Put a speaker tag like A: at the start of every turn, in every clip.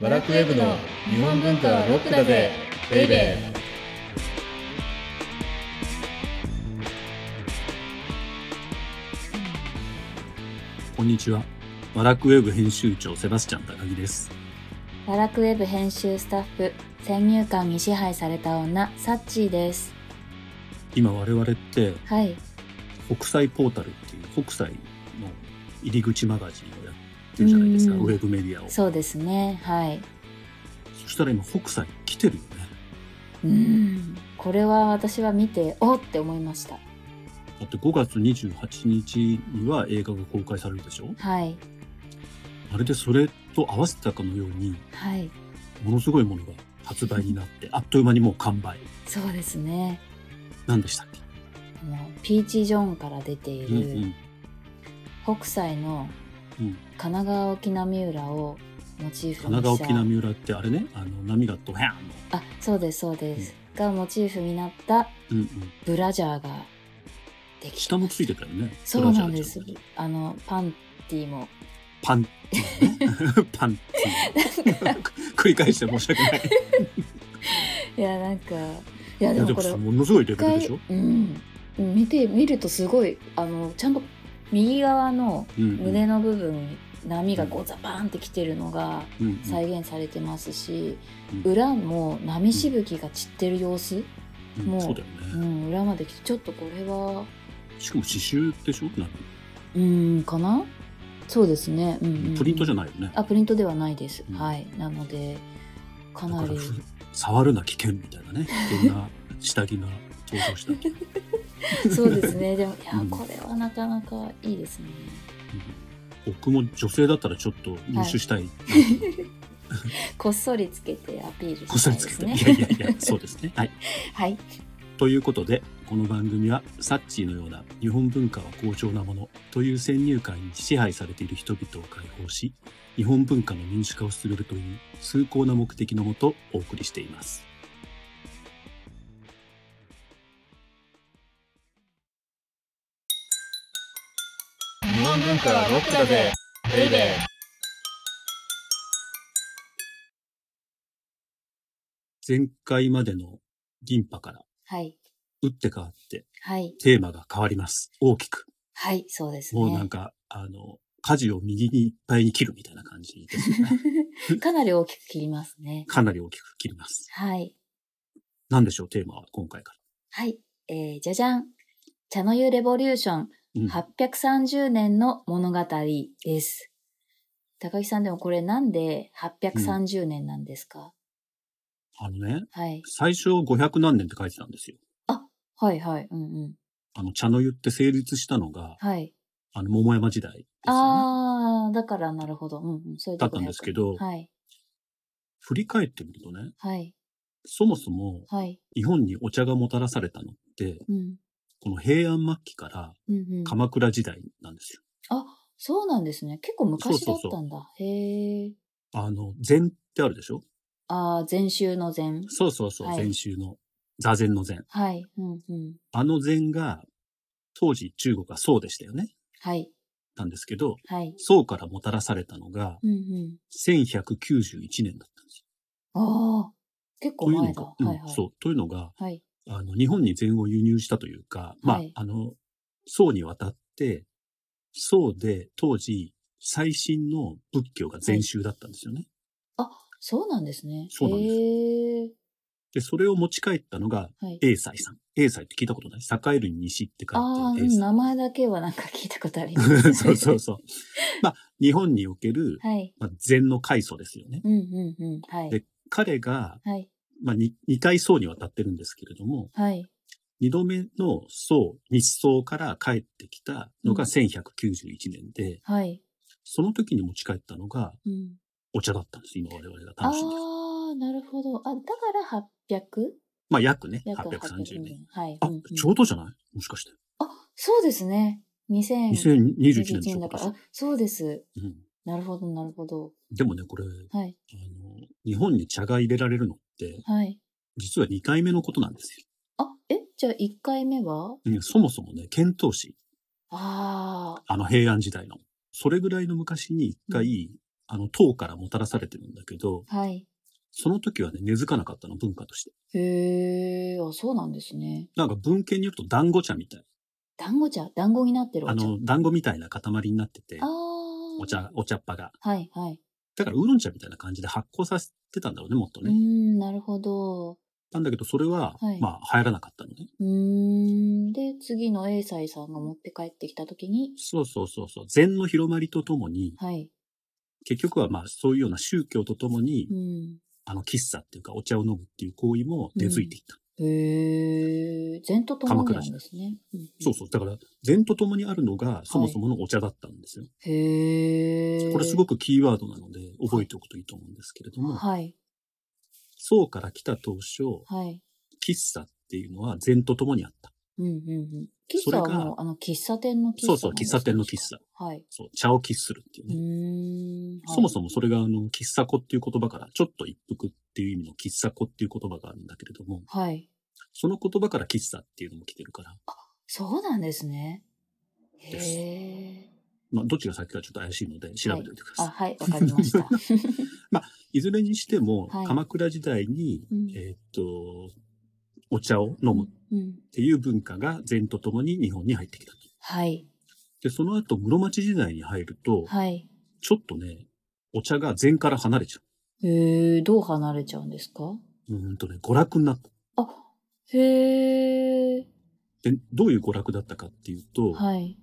A: バラクウェブの日本文化はロックだぜベイベー
B: こんにちは。バラクウェブ編集長セバスチャン高木です。
C: バラクウェブ編集スタッフ先入観に支配された女サッチーです
B: 今我々って
C: はい
B: 国際ポータルっていう国際の入り口マガジンをやってるじゃないですか、
C: うん
B: ウェブメディアを。そ
C: そうですねはい
B: したら今北斎来てるよね。
C: うんこれは私は見ておっって思いました
B: だって5月28日には映画が公開されるでしょ
C: はい
B: まるでそれと合わせたかのように
C: はい
B: ものすごいものが発売になってあっという間にもう完売。
C: そうですね
B: 何でしたっけ、
C: あのピーチ・ジョンから出てい
B: うんう
C: る
B: ん
C: 北斎の
B: うん
C: 神奈川沖浪浦をモチーフ
B: 神
C: に
B: 奈
C: した
B: 川沖浪浦ってあれねあの波がドヘンの。
C: あそうですそうです、がモチーフになった
B: うんうん、
C: ブラジャーができ
B: 下
C: た
B: もついてたよね。
C: そうなんです
B: ブラジャーちゃん
C: あのパンティも
B: パ ンティーねパンティー繰り返して申し訳ない。
C: いやなんかいや
B: い
C: で
B: やで
C: もこ
B: も
C: れ
B: さものすごいレ
C: 一
B: ベル
C: 回
B: でしょ。
C: うん見て見るとすごいあのちゃんと右側の
B: うんうん
C: 胸の部分に波がこうザバーンってきてるのが
B: うんうん
C: 再現されてますし、
B: うん
C: 裏も波しぶきが散ってる様子、
B: うん
C: もう
B: そうだよ
C: う
B: ね。
C: ん、裏まで来てちょっとこれは
B: しかも刺繍でしょ。なんか
C: うんかなそうですね、うんうんうん
B: プリントじゃないよね。
C: あプリントではないです、
B: うん
C: はいなのでか
B: だ
C: な
B: から
C: り
B: ふ触るな危険みたいなね。危険な下着が登場した。うん
C: そうです ねでもいや、
B: うん
C: これはなかなかいいですね
B: 僕も女性だったらちょっと入手したい。
C: こっそりつけてアピール
B: こっ
C: し
B: そ
C: た
B: り
C: いで
B: つけ
C: す
B: て。
C: ね
B: いやいやいや、そうですね。はい。
C: はい
B: ということでこの番組はサッチーのような日本文化は高尚なものという先入観に支配されている人々を解放し日本文化の民主化を進めるという崇高な目的のもとお送りしています。
A: 日本文化はロックだぜベイベー
B: 前回までの銀波から
C: はい
B: 打って変わって
C: はい
B: テーマが変わります。大きく。
C: はいそうですね
B: もうなんか、あの、舵を右にいっぱいに切るみたいな感じです ね。
C: かなり大きく切りますね
B: かなり大きく切ります。
C: はい
B: なんでしょう、テーマは今回か
C: はいえー、じゃじゃん茶の湯レボリューション
B: ら。うん
C: 830年の物語です高木さんでもこれなんで830年なんですか、
B: あのね、
C: はい
B: 最初500何年って書いてたんですよ。
C: はいはいうんうん
B: あの、茶の湯って成立したのが、
C: はい
B: あの、桃山時代ですよね。
C: ああだからなるほどうんうんそういう
B: だ
C: と
B: っ
C: こ
B: たんですけど、
C: はい
B: 振り返ってみるとね、
C: はい
B: そもそも
C: はい
B: 日本にお茶がもたらされたのって、
C: うん
B: この平安末期から
C: うんうん
B: 鎌倉時代なんですよ。
C: あ、そうなんですね。結構昔だったんだ。へえ。
B: あの、禅ってあるでしょ
C: ああ、禅宗の禅。
B: そうそうそう、
C: はい
B: 禅宗の、座禅の禅。
C: はい。うんうん。
B: あの禅が、当時中国は宋でしたよね。
C: はい。
B: なんですけど、
C: はい。
B: 宋からもたらされたのが、
C: うんうん。
B: 1191年だったんですよ。
C: ああ、結構
B: という
C: 前
B: の
C: だ。
B: が
C: は、
B: う
C: い
B: ん
C: はい。
B: そう、というのが、
C: はい。
B: あの、日本に禅を輸入したというか、まあ、
C: はい
B: あの、宋に渡って、宋で当時、最新の仏教が禅宗だったんですよね。
C: そうなんですね。
B: そうなんです
C: へえ。
B: で、それを持ち帰ったのが、
C: はい。
B: 英才さん。英才って聞いたことない栄える西って書
C: ああ、う
B: いてる
C: ん
B: 英
C: 名前だけはなんか聞いたことありま
B: 才。
C: す。
B: そうそうそう。まあ、日本における、
C: はい。
B: まあ、禅の開祖ですよね。
C: うんうんうん。はい
B: で。彼が、
C: はい。
B: まあ、に二回宋に渡ってるんですけれども、
C: はい。
B: 二度目の宋、日宋から帰ってきたのが
C: うん
B: 1191年で、
C: はい。
B: その時に持ち帰ったのが
C: うん。
B: お茶だったんです。今我々が
C: あ
B: 楽しんでる。
C: あ、なるほど。あ、だから 800?
B: まあ約ね、
C: 約
B: 830年。。
C: はい。
B: あ、
C: うんうん
B: ちょうどじゃないもしかして。
C: あ、そうですね。2021
B: 2021年でしょ
C: だから
B: 今
C: あそうです。
B: 年うん。
C: なるほど、なるほど。
B: でもね、これ、あ
C: はい。
B: の、日本に茶が入れられるのって、
C: はい。
B: 実は2回目のことなんです
C: あ、え、じゃあ1回目は
B: よ。うんそもそもね、遣唐使、
C: ああ、
B: あの平安時代の、それぐらいの昔に1回、あの、唐からもたらされてるんだけど、
C: はい。
B: その時はね、根付かなかったの、文化として。
C: へえ、あ、そうなんですね。
B: なんか文献によると団子茶みたい。
C: 団子茶、団子になってる
B: あ
C: お茶。
B: の、団子みたいな塊になってて
C: あ、ー
B: お茶、お茶っ葉が。
C: はい、はい。
B: だからウーロン茶みたいな感じで発酵させてたんだろうね、もっと
C: うー
B: ね。
C: ん、なるほど。
B: なんだけど、それは、
C: はい
B: まあ、流行らなかったのね。
C: うーん。で、次の英才さんが持って帰ってきたときに、
B: そうそうそうそう。禅の広まりとともに、
C: はい。
B: 結局はまあ、そういうような宗教とともに、
C: うん。
B: あの、喫茶っていうか、お茶を飲むっていう行為も根付いていった。
C: へえ、禅とともになんですね。
B: そうそう。だから、禅とともにあるのが、そもそものお茶だったんですよ。
C: うん。へえ。
B: これすご
C: く。
B: くキーワードなので、覚えておくといいと思うんですけれども、
C: はい、
B: 宋から来た当初、
C: はい。
B: 喫茶っていうのは禅とともにあった。
C: うん、うん、うん。喫
B: それ
C: 茶
B: が
C: はもう、あの、喫茶店の喫茶。
B: そうそう、喫茶店の喫。茶。
C: はい。
B: そう、茶を喫するっていう
C: う
B: ね。
C: ーん。
B: そもそ
C: も。
B: もそれが、あの、喫茶子っていう言葉から、ちょっと一服っていう意味の喫茶子っていう言葉があるんだけれども、
C: はい。
B: その言葉から喫茶っていうのも来てるから、
C: そうなんですね。
B: です
C: へえ。
B: まあ、どっちが先かちょっと怪しいので、調べておいてください。
C: あ、はい、わかり ました。
B: い、ずれにしても、
C: はい
B: 鎌倉時代に、
C: うん
B: えーっと、お茶を飲むっ
C: うん。
B: ていう文化が禅とともに日本に入ってきたと。
C: はい。
B: で、その後、室町時代に入ると、
C: はい。
B: ちょっとね、お茶が禅から離れちゃ
C: えー、どう離れちゃうんですか
B: う。うーんとね、娯楽になった。
C: あ、へえ。
B: で、どういう娯楽だったかっていうと、
C: はい。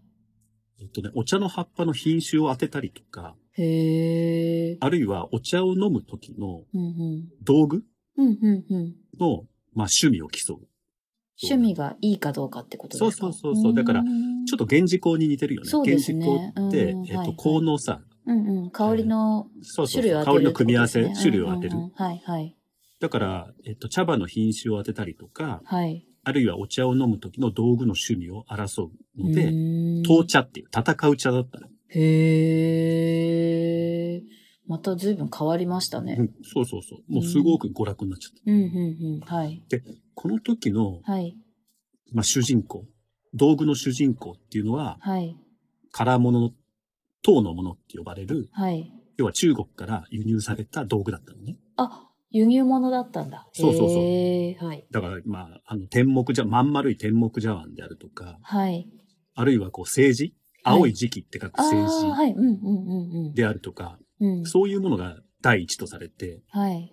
B: えっとね、お茶の葉っぱの品種を当てたりとか、
C: へえ。
B: あるいはお茶を飲む時の
C: うんうん。
B: 道具
C: うんうんうん。
B: の、まあ、趣味を競う。
C: 趣味がいいかどうかってことですか
B: そうそうそうそうだから
C: ち
B: ちょっ
C: ょ
B: と
C: っ
B: 源氏香に似てるよね。
C: そうです
B: 源氏
C: ね
B: 香って、
C: うん
B: えっ
C: はいは
B: と、
C: い
B: 香のさ、
C: と、うんうん、香りの
B: そうそう
C: 種類を当てる、
B: 香りの組み合わせ、
C: ってことですね
B: 種類を当てる。
C: うんうんうんはいはい。
B: だから、えっと、茶葉の品種を当てたりとか、
C: はい。
B: あるいはお茶を飲む時の道具の趣味を争うの
C: う
B: で、
C: ーん
B: 闘茶っていう、戦う茶だったの。
C: へえ。また随分変わりましたね。
B: うんそうそうそう。もうすごく娯楽になっちゃった。
C: うんうんうん。はい。
B: この時の、
C: はい。
B: まあ、主人公、道具の主人公っていうのは、
C: はい。
B: 唐物、唐のものって呼ばれる、
C: はい。
B: 要は中国から輸入された道具だったのね。
C: あ、輸入物だったんだ。
B: そうそうそう
C: へえ。はい。
B: だから、まあ、あの、天目茶、まん丸い天目茶碗であるとか、
C: はい。
B: あるいはこう、政治、
C: はい
B: 青い時期って書く
C: ああ
B: 政
C: ー、
B: 治
C: はい。うんうんうんうん。
B: であるとか、
C: うん。
B: そういうものが第一とされて、
C: はい。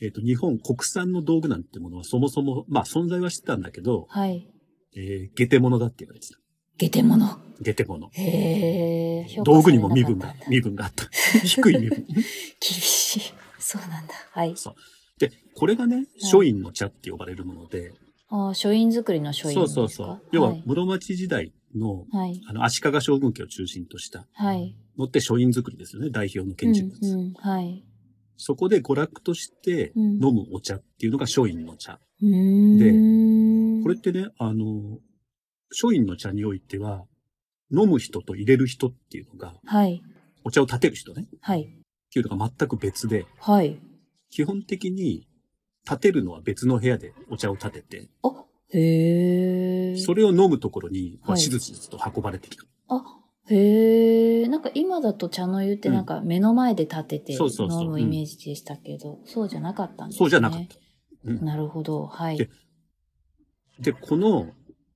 B: えっ、と、日本国産の道具なんてものはそもそも、まあ存在はしてたんだけど、
C: はい。
B: えー、下手物だって言われてた。
C: 下手物。
B: 下手物。
C: へえ。評価
B: 道具にも
C: され
B: 身分
C: なかった
B: が
C: んだ、
B: 身分があった。 低い身分。
C: 厳しい。そうなんだ。はい。
B: で、これがね、書院の茶って呼ばれるもので、
C: ああ、書院作りの書院
B: そ
C: で
B: う
C: すか
B: そうそう。要は
C: はい、。
B: 室町時代の、
C: はい。
B: あの、足利将軍家を中心とした
C: はい。
B: のって書院作りですよね、代表の
C: う
B: 建築
C: ん
B: 物。
C: うん。はい。
B: そこで娯楽として
C: うん
B: 飲むお茶っていうのが書院の茶。
C: うーん。
B: これってね、あの、書院の茶においては、飲む人と入れる人っていうのが、
C: はい。
B: お茶を立てる人ね、っ
C: はい。
B: ていうのが全く別で、
C: はい。
B: 基本的に立てるのは別の部屋でお茶を立てて、
C: あ、へえ。
B: それを飲むところに、まあ、
C: はい
B: 手術と運ばれてきた。
C: あ、へえ。なんか今だと茶の湯ってなんか目の前で立てて
B: そうそうそう
C: 飲むイメージでしたけど、そうじゃなかったんですね。
B: そうじゃなかった。うん
C: なるほど。はい。
B: でで、この、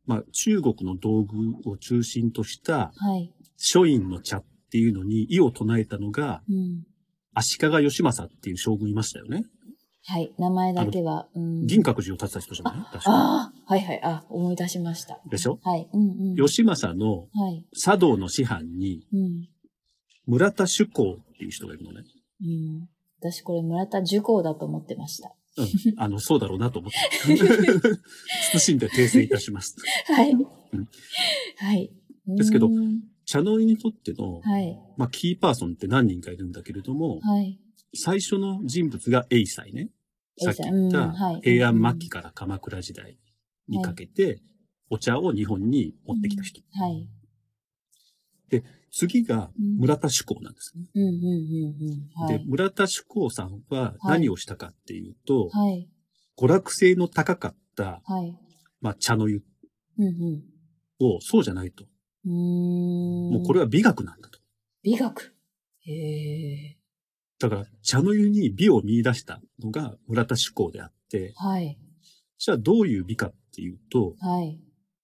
B: まあ、中国の道具を中心とした
C: はい。
B: 書院の茶っていうのに異を唱えたのが、
C: うん。
B: 足利義政っていう将軍いましたよね。
C: はい。名前だけは。うん。
B: 銀閣寺を建てた人じゃない確か
C: ああ、はいはい。あ、思い出しました。
B: でしょ
C: はい。うんうん。。
B: 義政の
C: はい。
B: 茶道の師範に
C: うん。
B: 村田主公っていう人がいるのね。
C: うん。私これ村田受講だと思ってました。
B: うん。あの、そうだろうなと思って。 謹んで訂正いたします。
C: はい。はい。
B: ですけど
C: うーん
B: 茶の湯にとっての、
C: はい。
B: まあ、キーパーソンって何人かいるんだけれども、
C: はい。
B: 最初の人物が英才ね。さっき言っ
C: 英才うん
B: た
C: はい
B: 平安末期から鎌倉時代にかけて、お茶を日本に持ってきた人。
C: はい。
B: 次が村田主公なんですね。
C: うんうんうんうん。は
B: で、
C: い。
B: 村田主公さんは何をしたかっていうと、
C: はい。
B: 娯楽性の高かった、
C: はい。
B: まあ、茶の湯
C: うんうん。
B: を、そうじゃないと。
C: うーん。
B: もうこれは美学なんだと。
C: 美学。へえ。
B: だから、茶の湯に美を見出したのが村田志向であって、
C: はい。
B: じゃあどういう美かっていうと、
C: はい。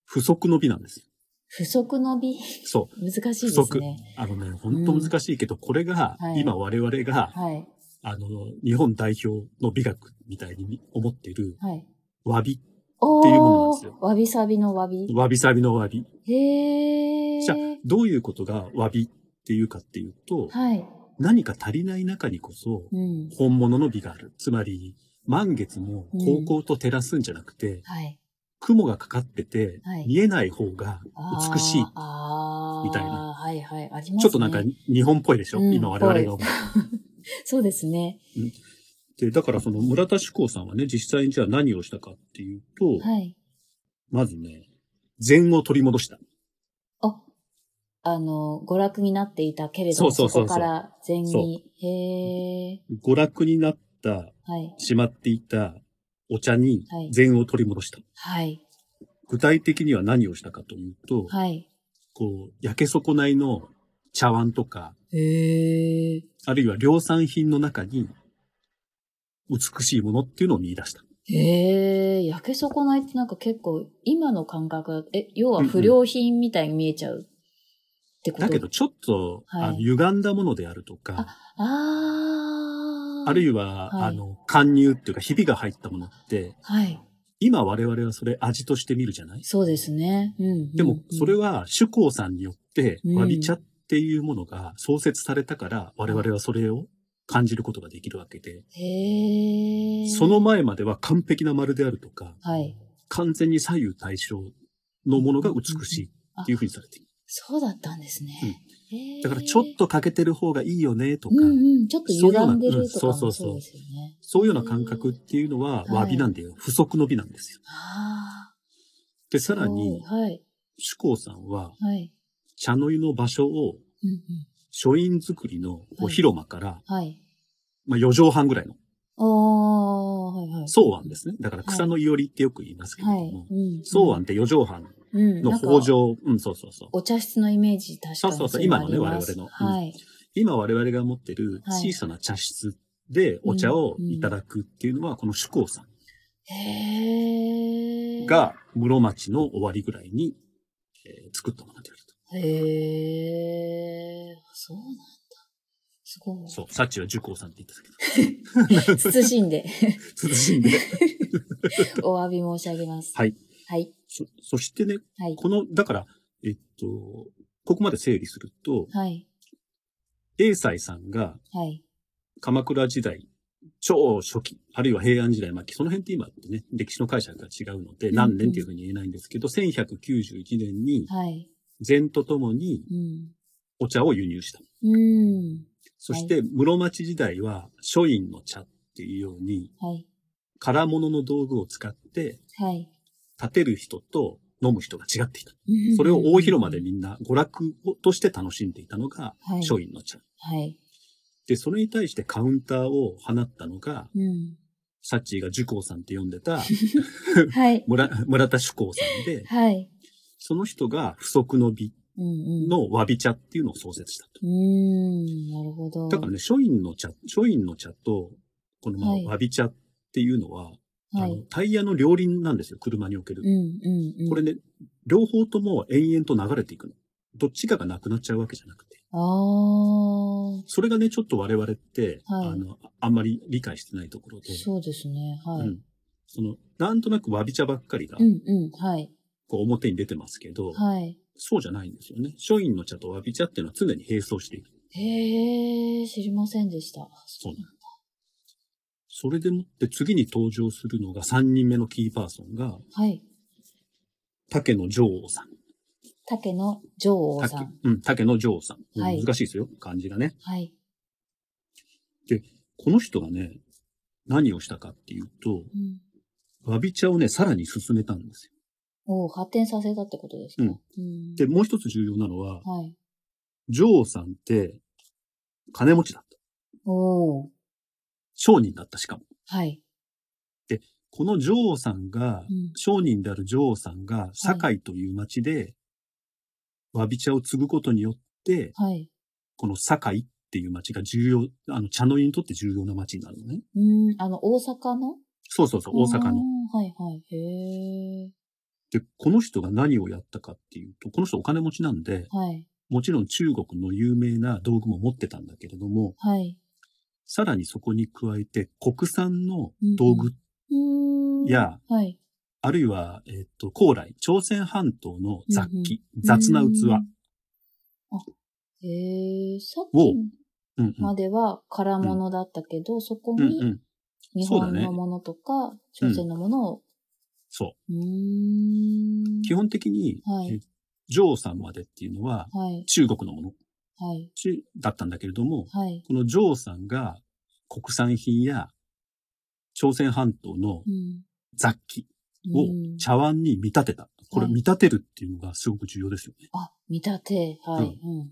B: 不足の美なんですよ。
C: 不足の美。
B: そう。
C: 難しいで
B: 不
C: す
B: 足
C: ね。。
B: あのね、本当難しいけど、これが
C: は、い
B: 今我々が、
C: はい。
B: あの、日本代表の美学みたいに思っている、
C: はい。
B: わび。
C: お
B: っていうものなんですよ
C: わびさびのわび。
B: わびさびのわび。
C: へえ。
B: じゃあ、どういうことがわびっていうかっていうと、
C: はい。
B: 何か足りない中にこそ、
C: うん。
B: 本物の美がある。つまり、満月も高校と照らすんじゃなくて、
C: はい。
B: 雲がかかってて、
C: はい
B: 見えない方が
C: あー
B: 美しい。
C: あー
B: みたいな
C: はいはい。ありますね。
B: ちょっとなんか日本っぽいでしょ、
C: うん
B: 今我々が思
C: そうですね。
B: って。だからその村田志功さんはね、実際にじゃあ何をしたかっていうと、
C: はい。
B: まずね、禅を取り戻した。
C: あ、あの、娯楽になっていたけれども、
B: そうそうそうそう
C: こから全に。へえ。
B: 娯楽になった、
C: はい。
B: しまっていたお茶に
C: はい
B: 禅を取り戻した。
C: はい。
B: 具体的には何をしたかというと、
C: はい。
B: こう、焼け損ないの茶碗とか、
C: へえ。
B: あるいは量産品の中に美しいものっていうのを見出した。
C: へえ、焼け損ないってなんか結構今の感覚、え、要は不良品みたいに見えちゃうってこと
B: だけど、ちょっと、
C: はい
B: あの歪んだものであるとか、
C: ああ。
B: ある
C: い
B: いは、
C: はい
B: あの、貫入っていうか、ひびが入ったものって、
C: はい。
B: 今我々はそれ味として見るじゃない
C: そうですね。うんうんうん。
B: でも、それは主公さんによって、
C: うん
B: わび茶っていうものが創設されたから、我々はそれを感じることができるわけで、
C: へえ。
B: その、前までは完璧な丸であるとか、
C: はい。
B: 完全に左右対称のものが美しいっていうふうにされている。
C: そうだったんですね。へえ
B: だから、ちょっ、と欠けてる方がいいよね、とか
C: う、んうん、ちょっと歪んでるとかも
B: そ
C: そう
B: いうようなうんそうそうそう
C: うですよね。
B: そういうような感覚っていうのは、
C: はい
B: わびなんだよ。不足の美なんですよ。
C: ああ。
B: で、さらに、
C: はい。
B: 主公さんは、
C: はい。
B: 茶の湯の場所を、
C: うんうん。
B: 書院作りのこう
C: はい
B: 広間から、
C: はい。
B: まあ4畳半ぐらいの
C: おー、はいはい。
B: 草庵ですね。だから草のいおりってよく言いますけれど
C: は
B: も、
C: い。うん。
B: 草庵って4畳半
C: うん
B: の北。条、うん、そうそうそう。
C: お茶室のイメージ確かに
B: そうそうそう今のね
C: あります
B: 我々のうん
C: はい。
B: 今我々が持ってる
C: はい
B: 小さな茶室でお茶をいただくっていうのは、この主公さ
C: へ
B: ん
C: ー。、
B: が室町の終わりぐらいに、えー作ったものであると。
C: へー。そうなんだ。すごい。
B: そう、サッチは樹公さんって言ったけ
C: 謹んで
B: ど、涼しいんで。
C: お詫び申し上げます。
B: はい。
C: はい。
B: そそしてね、
C: はい。
B: この、だから、えっと、ここまで整理すると、
C: はい。
B: 英才さんが
C: はい。
B: 鎌倉時代、超初期、あるいは平安時代末期、その辺って今ってね、歴史の解釈が違うので、
C: ん
B: 何年っていうふうに言えないんですけど、1191年に
C: はい。
B: 禅とともに
C: うん。
B: お茶を輸入した。
C: うん。
B: そして、室町時代は書院の茶っていうように、
C: はい。
B: 空物の道具を使って、
C: はい。
B: 立てる人と飲む人が違っていた。
C: うん
B: それを大広間でみんな娯楽として楽しんでいたのが
C: はい
B: 書院の茶。
C: はい。
B: で、それに対してカウンターを放ったのが、
C: うん。
B: サッチーが樹光さんって呼んで た
C: はい。
B: 村村田主光さんで、
C: はい。
B: その人が不足の美
C: うんうん。
B: のわび茶っていうのを創設したと。
C: うーん。なるほど。
B: だからね、書院の茶、書院の茶と、このまあ
C: はい
B: わび茶っていうのは、
C: は
B: あの
C: い。
B: タイヤの両輪なんですよ、車における
C: うん。うんうん。
B: これね、両方とも延々と流れていくの。どっちかがなくなっちゃうわけじゃなくて。
C: ああ。
B: それがね、ちょっと我々って、
C: はい
B: あの、あんまり理解してないところで、
C: そうですね。は
B: う
C: い
B: ん。その、なんとなくわび茶ばっかりが
C: う、んうん。はい。
B: こう表に出てますけど、
C: はい。
B: そうじゃないんですよね。書院の茶とわび茶っていうのは常に並走している。
C: へえ、知りませんでした。
B: そうなんだ。それでもって次に登場するのが3人目のキーパーソンが、
C: はい。
B: 竹野女王さん。
C: 竹野女王さ
B: 竹
C: ん。
B: うん、竹野女王さん。うん
C: はい
B: 難しいですよ、漢字がね。
C: はい。
B: この人がね、何をしたかっていうと、
C: うん、
B: わび茶をね、さらに進めたんですよ。
C: おう発展させたってことですか。
B: うん
C: うん
B: で、もう一つ重要なのは、
C: はい。
B: 女王さんって、金持ちだった。
C: おお。
B: 商人だった、しかも。
C: はい。
B: この女王さんが、
C: うん
B: 商人である女王さんが、堺という町で、わび茶を継ぐことによって、
C: はい。
B: この堺っっていう町が重要、あの、茶の湯にとって重要な町になるのね。
C: うん、あの、大阪の
B: そうそうそう、大阪の。。
C: あーはいはい。へえ。
B: で、この人が何をやったかっていうと、この人お金持ちなんで、
C: はい。
B: もちろん中国の有名な道具も持ってたんだけれども、
C: はい。
B: さらにそこに加えて国産の道具
C: うーん。
B: や、
C: はい。
B: あるいは、えっと、高麗、朝鮮半島の雑器、
C: うん
B: 雑な器、
C: うん。あ、へえ。さっ
B: を
C: き
B: うんうん
C: までは空物だったけど、そこ
B: うんう
C: に
B: ん。
C: 日
B: そうだ
C: 本
B: ね
C: のものとか、朝鮮のものを。
B: そう
C: ーん
B: う。。基本的に、
C: はい
B: え上さんまでっていうのは
C: はい。
B: 中国のもの
C: はい。
B: ちだったんだけれども、
C: はい。
B: この上さんが国産品や朝鮮半島の
C: うん。
B: 雑器を茶碗に見立てた。これ
C: はい
B: 見立てるっていうのがすごく重要ですよね。
C: あ、見立て。はい。うんうんう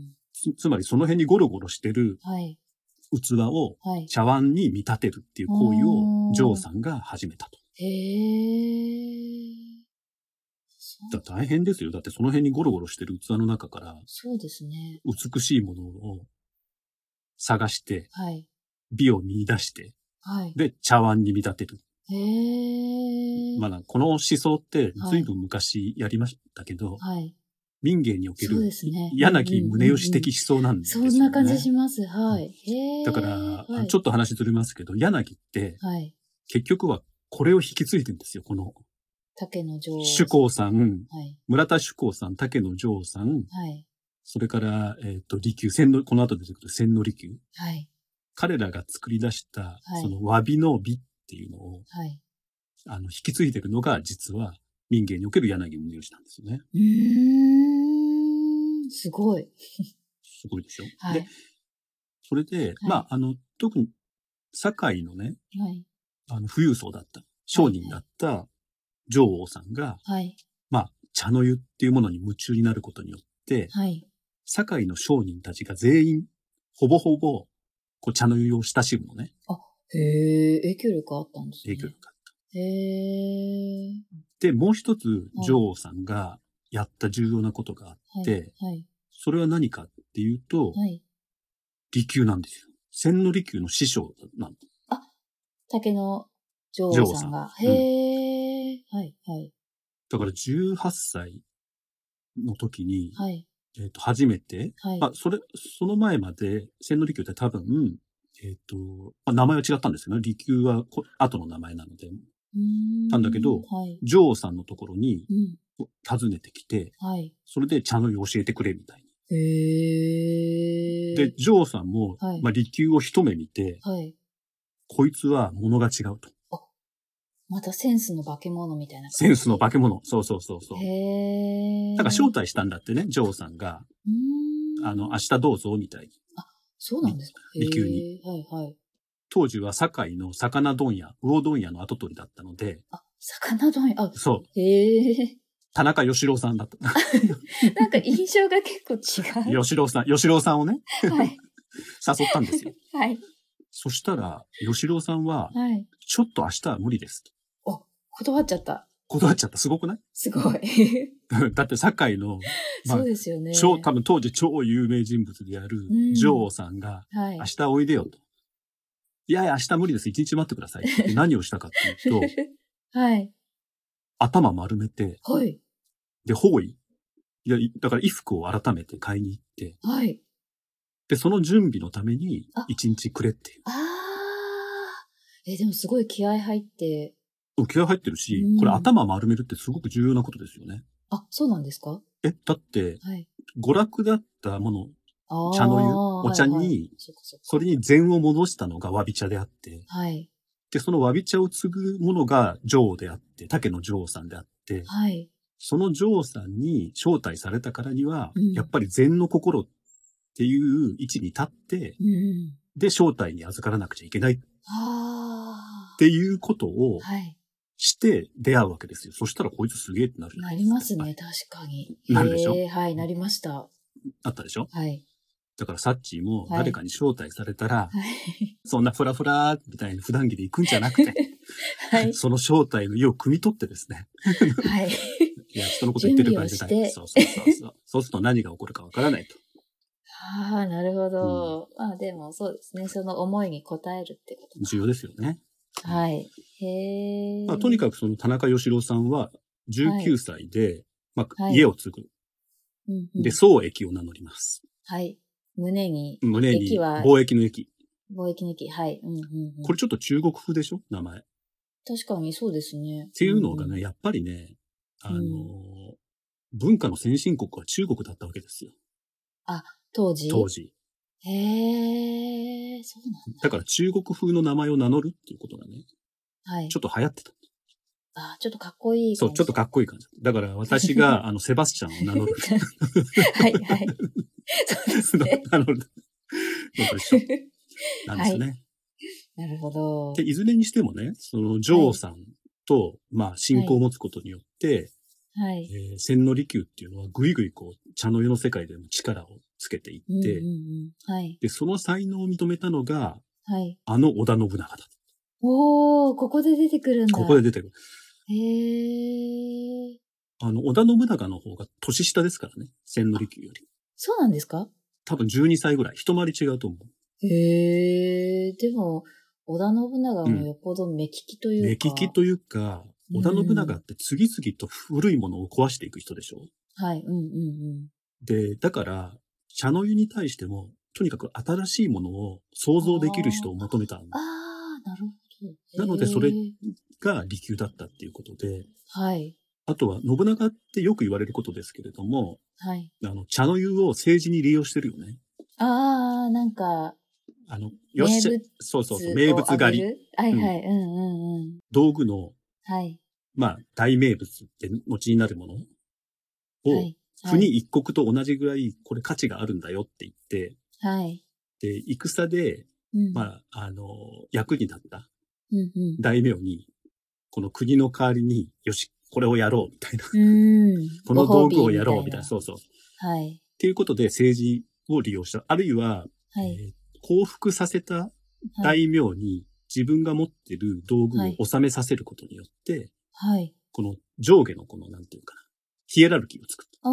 C: ん。
B: つつまりその辺にゴロゴロしてる
C: はい。
B: 器を
C: はい。
B: 茶碗に見立てるっていう行為をジョーさんが始めたと。
C: へえ。そう
B: だから大変ですよ。だってその辺にゴロゴロしてる器の中から
C: そうですね。
B: 美しいものを探して、
C: はい。
B: 美を見出して、
C: はい。
B: で、茶碗に見立てる。
C: へえ。
B: まあな、この思想って随分昔やりましたけど、
C: はい。
B: 民芸における
C: そうですね
B: 柳宗義的思想なんです
C: そ
B: よね。
C: んな感じします。はい。へえ。
B: だから、
C: はい、
B: ちょっと話ずれますけど、柳って
C: はい。
B: 結局はこれを引き継いでるんですよ。この
C: 竹の女王。
B: 主公さん、
C: はい。
B: 村田主公さん、竹野城さん、
C: はい。
B: それから、えっ、と、利休、千の、この後出てくる千利休。
C: はい。
B: 彼らが作り出した、
C: はい
B: その和美の美っていうのを、
C: はい。
B: あの、引き継いでるのが、実は民芸における柳宗義なんですよね。
C: うーん。すごい。
B: すごいでしょ、
C: は
B: で
C: い、。
B: それで、まあ、あの、特に、堺のね、
C: はい。
B: あの、富裕層だった、商人だった、女王さんが、
C: はい。
B: まあ、茶の湯っていうものに夢中になることによって、
C: はい。
B: 堺の商人たちが全員、ほぼほぼ、こう、茶の湯を親しむのね、
C: へえ、影響力あったんですね。
B: 影響力が。
C: へえ。
B: で、もう一つ、女王さんがやった重要なことがあって、
C: はい。
B: で
C: はい。
B: それは何かっていうと、
C: はい。
B: 利休なんですよ。千利休の師匠なん
C: 竹の女王さんが。
B: 女王さんうん
C: へえ。はい。はい。
B: だから18歳の時に、
C: はい。
B: えっ、と、初めて、
C: はい。
B: まあ、それ、その前まで、千利休って多分、えっ、と、まあ、名前は違ったんですよね。利休はこ後の名前なので、
C: うーん
B: なんだけど
C: はい。
B: 女王さんのところに
C: うん。
B: 訪ねてきて、
C: はい。
B: それで茶の湯を教えてくれみたい
C: へ
B: に。
C: え。
B: で、、女王さんも、
C: はい
B: まあ、利休を一目見て、
C: はい。
B: こいつは物が違うと。
C: またセンスの化け物みたいな。
B: センスの化け物。そうそうそうそう。
C: へえ。
B: だから招待したんだってね、ジョーさんが。
C: うーん。
B: あの、明日どうぞ、みたいに。
C: そうなんですか。
B: 利利休
C: へえ。はいはい。
B: 当時は堺の魚問屋、魚問屋の跡取りだったので、
C: あ、魚丼、あ、
B: そう、
C: へえ。
B: 田中義郎さんだった。
C: なんか印象が結構違う。
B: 義郎さん、義郎さんをね、
C: はい。
B: 誘ったんですよ。
C: はい。
B: そしたら、義郎さんは、
C: はい。
B: ちょっと明日は無理ですと。
C: 断っちゃった。
B: 断っちゃった。すごくない
C: すごい。
B: だって堺の、まあ
C: そうですよね。
B: 超、多分当時超有名人物である
C: うん
B: ジョーさんが、
C: はい
B: 明。日おいでよと。いやいや、明日無理です。一日待ってください。って言って何をしたかっていうと、
C: はい。
B: 頭丸めて、
C: はい。
B: で、方位。いや、いだから衣服を改めて買いに行って、
C: はい。
B: で、その準備のために
C: あ
B: 一日くれっていう。
C: あー。え、でもすごい気合入って。
B: うん気合入ってるし
C: うん、
B: これ頭丸めるってすごく重要なことですよね。
C: あ、そうなんですか
B: え、だって、
C: はい。
B: 娯楽だったもの、
C: あー
B: 茶の湯お茶に
C: はいはいそっかそっか
B: それに禅を戻したのがわび茶であって、
C: はい。
B: で、そのわび茶を継ぐものが女王であって、竹の女王さんであって、
C: はい。
B: その女王さんに招待されたからには、
C: うん
B: やっぱり禅の心っていう位置に立って、
C: うん。
B: で、招待に預からなくちゃいけないっ
C: あ
B: ていうことを
C: ー。、はい。
B: して出会うわけですよ。そしたらこいつすげえってなるじゃ
C: ない
B: で
C: り
B: すか
C: ます。ね、確かに。
B: なるでしょ
C: へーはい、なりました。
B: あったでしょ
C: はい。
B: だからサッチーも
C: はい
B: 誰かに招待されたら、
C: はい。
B: そんなフラフラみたいな普段着で行くんじゃなくて、
C: は い。
B: その招待の意を汲み取ってですね。
C: はい。
B: いや、人のこと言ってる場合じゃな
C: 準備を
B: い。
C: して
B: そうそうそうそう。そうすると何が起こるかわからないと。
C: ああ、なるほど。でもそうですね。その思いに応えるってこと
B: 重要ですよね。
C: な。はい。へえ。
B: まあ、とに
C: く。
B: かくその田中義郎さんは19歳で、まあ、
C: はい
B: 家を継ぐ。
C: うんうん、
B: で、宗駅を名乗ります。
C: はい。胸に、
B: 胸に
C: 駅は
B: 貿易の駅。
C: 貿易の木。はい。うんうん、うん。
B: これちょっと中国風でしょ名前。っ
C: 確かにそうですね。って
B: いうのがね、
C: ん、
B: やっぱりね、あのー
C: う
B: 文化の先進国は中国だったわけですよ。
C: 当時。
B: 当時。
C: へえ、そうなん
B: だから中国風の名前を名乗るっていうことがね、
C: はい。
B: ちょっと流行ってた。
C: あちょっとかっこいい
B: そ
C: 感じ。
B: う、ちょっとかっこいい感じ。だから私が、あの、セバスチャンを名乗る。
C: はいはい。 そうですね。
B: 名乗る。のと一緒なんですね。
C: なるほど。
B: で、いずれにしてもね、その、女王さんと、まあ、信仰を持つことによって、
C: はい。
B: えー千利休っていうのは、ぐいぐいこう、茶の湯の世界でも力をつけてい
C: うんう
B: っ
C: ん
B: て、
C: うん、はい。
B: で、その才能を認めたのが、
C: はい。
B: あの織田信長だ。
C: おー、ここで出てくるんだ。
B: ここで出てくる。
C: へー。
B: あの、織田信長の方が年下ですからね、千利休より。
C: そうなんですか
B: 多分12歳ぐらい。一回り違うと思う。
C: へー。でも、織田信長もよっぽど目利きというか。
B: 目利きというか、織田信長って次々と古いものを壊していく人でしょ、
C: はい、うんうんうん。
B: で、だから、茶の湯に対しても、とにかく新しいものを想像できる人を求めたの
C: あー、なるほ
B: な
C: ど。
B: のでそれ
C: へー
B: が利休だったっていうことで、
C: はい、
B: あとは信長ってよく言われることですけれども、
C: はい。
B: あの、茶の湯を政治に利用してるよね。
C: あー、なんか、
B: あの、よっしゃ
C: 名物、
B: そうそうそう、名物狩り、
C: り。はいはい、うんうんうん。
B: 道具の、
C: はい。
B: まあ、大名物って後になるもの
C: は
B: を、
C: い。
B: 国一国と同じぐらい、これ価値があるんだよって言って、
C: はい。
B: で、戦で、
C: うん
B: まあ、あの、役に立った
C: うんうん。
B: 大名に、この国の代わりに、よし、これをやろう、みたいな。
C: うん。
B: この道具をやろ
C: ご褒
B: う、
C: 美
B: みたいな。そうそう。っ
C: はい。
B: ていうことで政治を利用した。あるいは、
C: はい。
B: えー降伏させた大名に自分が持ってる道具
C: はい
B: を収めさせることによって、
C: はい。
B: この上下のこの、なんていうかな、ヒエラルキーを作っ
C: あ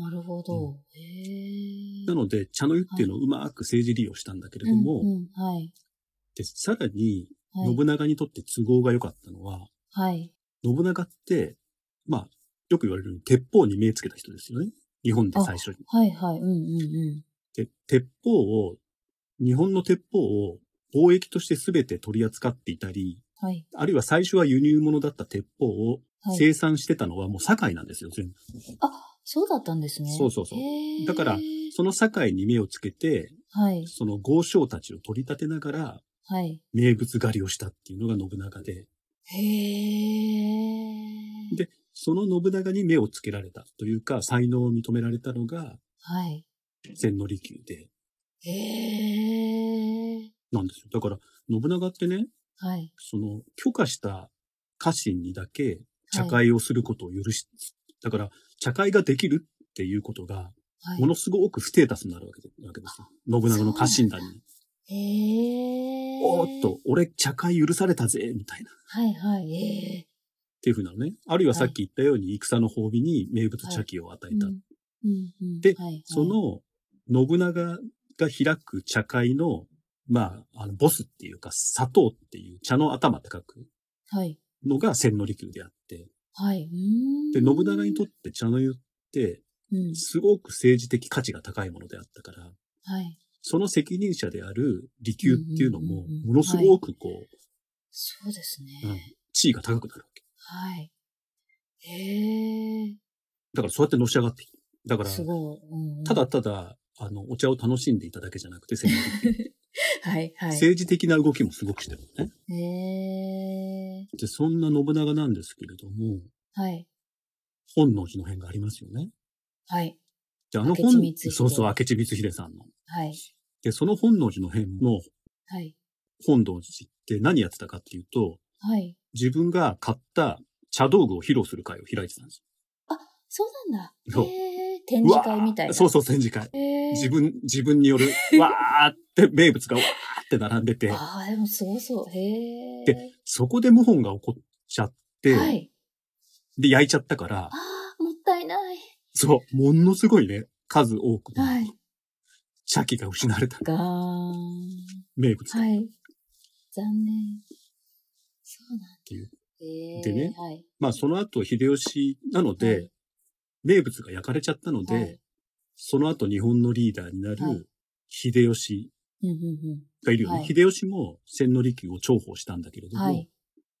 C: ー、なるほ
B: う
C: ど。へえ。
B: た。なので、茶の湯っていうのをうまく政治利用したんだけれども、
C: うんうんはい。
B: でさらに、
C: はい。
B: 信長にとって都合が良かったのは、
C: はい。
B: 信長って、まあ、よく言われるように鉄砲に目つけた人ですよね。日本で最初に。
C: はい。はい。うんうんうん。
B: で、鉄砲を、日本の鉄砲を貿易として全て取り扱っていたり、
C: はい。
B: あるいは最初は輸入物だった鉄砲を
C: はい。
B: 生産してたのはもう堺なんですよ、全部。
C: そうだったんですね。
B: そうそうそう
C: へー
B: だからその堺に目をつけて、
C: はい。
B: その豪商たちを取り立てながら、
C: はい。
B: 名物狩りをしたっていうのが信長で、
C: へえ。
B: でその信長に目をつけられたというか、才能を認められたのが、
C: はい。
B: 千利休で、
C: へえ。
B: なんですよ。だから、信長ってね、
C: はい。
B: その、許可した家臣にだけ茶会をすることを許し、だから、茶会ができるっていうことが、
C: はい
B: ものすごくステータスになるわけでわけですよ。信長の家臣団に。
C: へえ。
B: おーっと。、俺茶会許されたぜ、みたいな。っ
C: はいはい。へえ。
B: ていうふうなのね。あるいはさっき言ったように、戦の褒美に名物茶器を与えた。
C: うんうんうん
B: で
C: はいはい
B: その、信長が開く茶会の、まあ、あの、ボスっていうか、砂糖っていう茶の頭って書く
C: はい。
B: のが千利休であって。
C: はい。うーん
B: で、信長にとって茶の湯って、
C: うん。
B: すごく政治的価値が高いものであったから、
C: はい。
B: その責任者である利休っていうのも
C: うんうんうんう、ん
B: ものすごくこ
C: そうですね。
B: う、うん地位が高くなるわけ。
C: はい。へえ。
B: だからそうやってのし上がっていく。だから、
C: すごい。うんうん
B: ただ、ただ、あの、お茶を楽しんでいただけじゃなくて、戦略 的
C: はい、はい。
B: 政治的な動きもすごくしてるのね。
C: へえ。
B: で、そんな信長なんですけれども、
C: はい。
B: 本能寺の変がありますよね。
C: はい。
B: で、あの
C: 明智
B: 本
C: 光、秀
B: そうそう、明智光秀さんの。
C: はい。
B: で、その本能寺の変の
C: はい。
B: 本能寺って何やってたかっていうと、
C: はい。
B: 自分が買った茶道具を披露する会を開いてたんです
C: そうなんだ。
B: そう
C: へえ。展
B: よ。うわ
C: 示
B: ー
C: 会みたいな。
B: そうそう、展示会。
C: へえ。
B: 自分、自分 による、わーって、名物がわーって並んでて、
C: ああ、でもすごそう。へえ。
B: でそこで謀反が起こっちゃって、
C: はい。
B: で、焼いちゃったから
C: あ、あ、もったいない。
B: そう、ものすごいね、数多くの
C: はい。
B: 鮭が失われた
C: がーん。
B: 名物だ。
C: はい。残念。そうなんだ。
B: ていう
C: えー、
B: でね
C: はい。
B: まあその後秀吉なので、
C: はい
B: 名物が焼かれちゃったので、
C: はい
B: その後日本のリーダーにな
C: はい
B: る秀吉
C: うんうん
B: がいるよね。
C: はい
B: 秀吉も千利休を重宝したんだけれ
C: う
B: ど
C: ん。
B: も、
C: はい。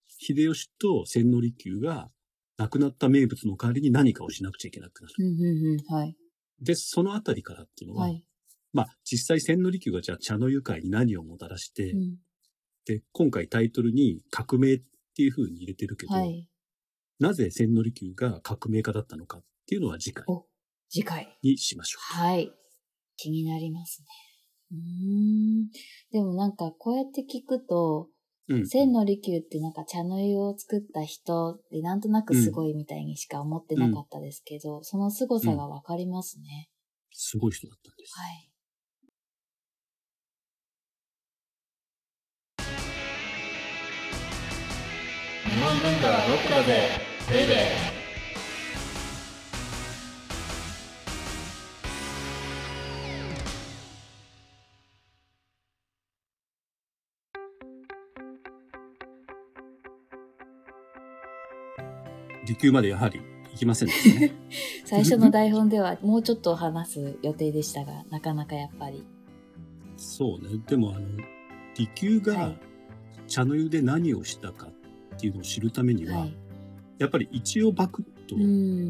B: 秀吉と千利休が亡くなった名物の代わりに何かをしなくちゃいけなくなる。
C: うんうんうん。はい。
B: で、そのあたりからっていうのは、
C: はい。
B: まあ実際千利休がじゃあ茶の湯会に何をもたらして、
C: うん
B: で、今回タイトルに革命っていう風に入れてるけど、
C: はい。
B: なぜ千利休が革命家だったのかっていうのは次回
C: お、次回。
B: にしましょ
C: はい。気になりますね。うーん。でもなんかこうやって聞くと、
B: う。うん。
C: 千利休ってなんか茶の湯を作った人でなんとなくすごいみたいにしか思ってなかったですけど、その凄さがわかりますね。
B: すごい人だったんです。
C: はい。
A: 日本文化はロックだぜベイベー
B: 利休までやはり行きませんでした ね。
C: 最初の台本ではもうちょっと話す予定でしたが、なかなかやっぱり。
B: そうね。でもあの、利休
C: は
B: が
C: い
B: 茶の湯で何をしたかっていうのを知るためには、
C: はい。
B: やっぱり一応バクッと、
C: う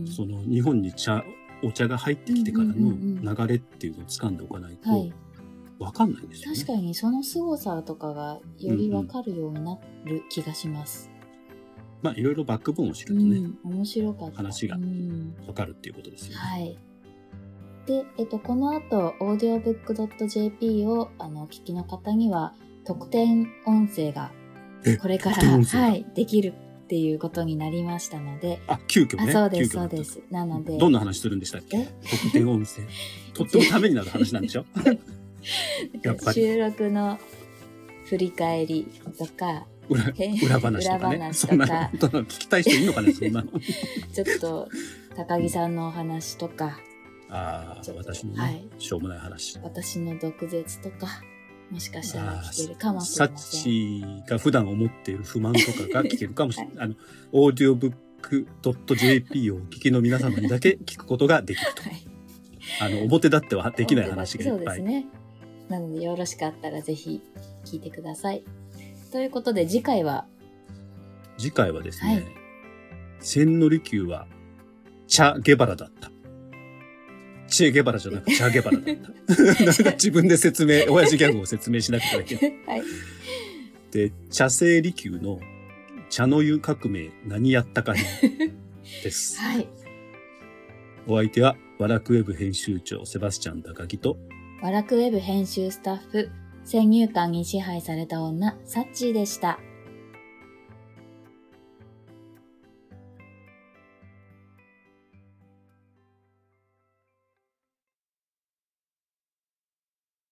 C: ん。
B: その日本に茶、お茶が入ってきてから
C: うんうんうん
B: の流れっていうのを掴んでおかないと
C: はい。
B: わかんないんですよね。
C: 確かにその凄さとかがよりわかるようになる気がします。
B: まあいろいろバックボーンを知
C: う
B: ると
C: ん、
B: ね、
C: 面白かった。
B: 話が
C: うん
B: わかるっていうことですよね。
C: はい。で、えっと、この後、audiobook.jp をあのお聞きの方には、特典音声が
B: え
C: これから、
B: 特典音声が
C: はい、できるっていうことになりましたので、
B: あ、急遽
C: あ
B: ね。
C: そうです、
B: 急遽
C: そ
B: だ
C: う
B: った
C: で。す。なので、
B: どんな話するんでしたっけ
C: え
B: 特典音 声。とってもためになる話なんでしょやっぱり
C: 収録の振り返りとか、
B: 裏裏話とか
C: 裏
B: ね。
C: 話と
B: そ
C: か
B: んなこと聞きたい人いるの かね、そんなの。
C: ちょっと高木さんのお話とか、
B: ああ、私のね、
C: はい
B: しょうもない話。
C: 私の毒舌とか、もしかしたら聞けるかもし
B: サッ
C: れません。
B: チが普段思っている不満とかが聞けるかもしれない。あの、オーディオブック .jp をお聞きの皆様にだけ聞くことができる と。
C: はい
B: あの、表だってはできない話がいっぱい。
C: そうですね。なので、よろしかったらぜひ聞いてください。ということで、次回は、
B: 次回はですね、
C: はい
B: 千利休は、チャ・ゲバラだった。チェ・ゲバラじゃなくチャ・ゲバラ だった。なんか自分で説明、親父ギャグを説明しなくてはいけない。
C: はい。
B: で、茶聖利休の茶の湯革命何やったか編です。
C: はい。
B: お相手は、ワラクウェブ編集長セバスチャン高木と、
C: ワラクウェブ編集スタッフ、先入観に支配された女、サッチーでした。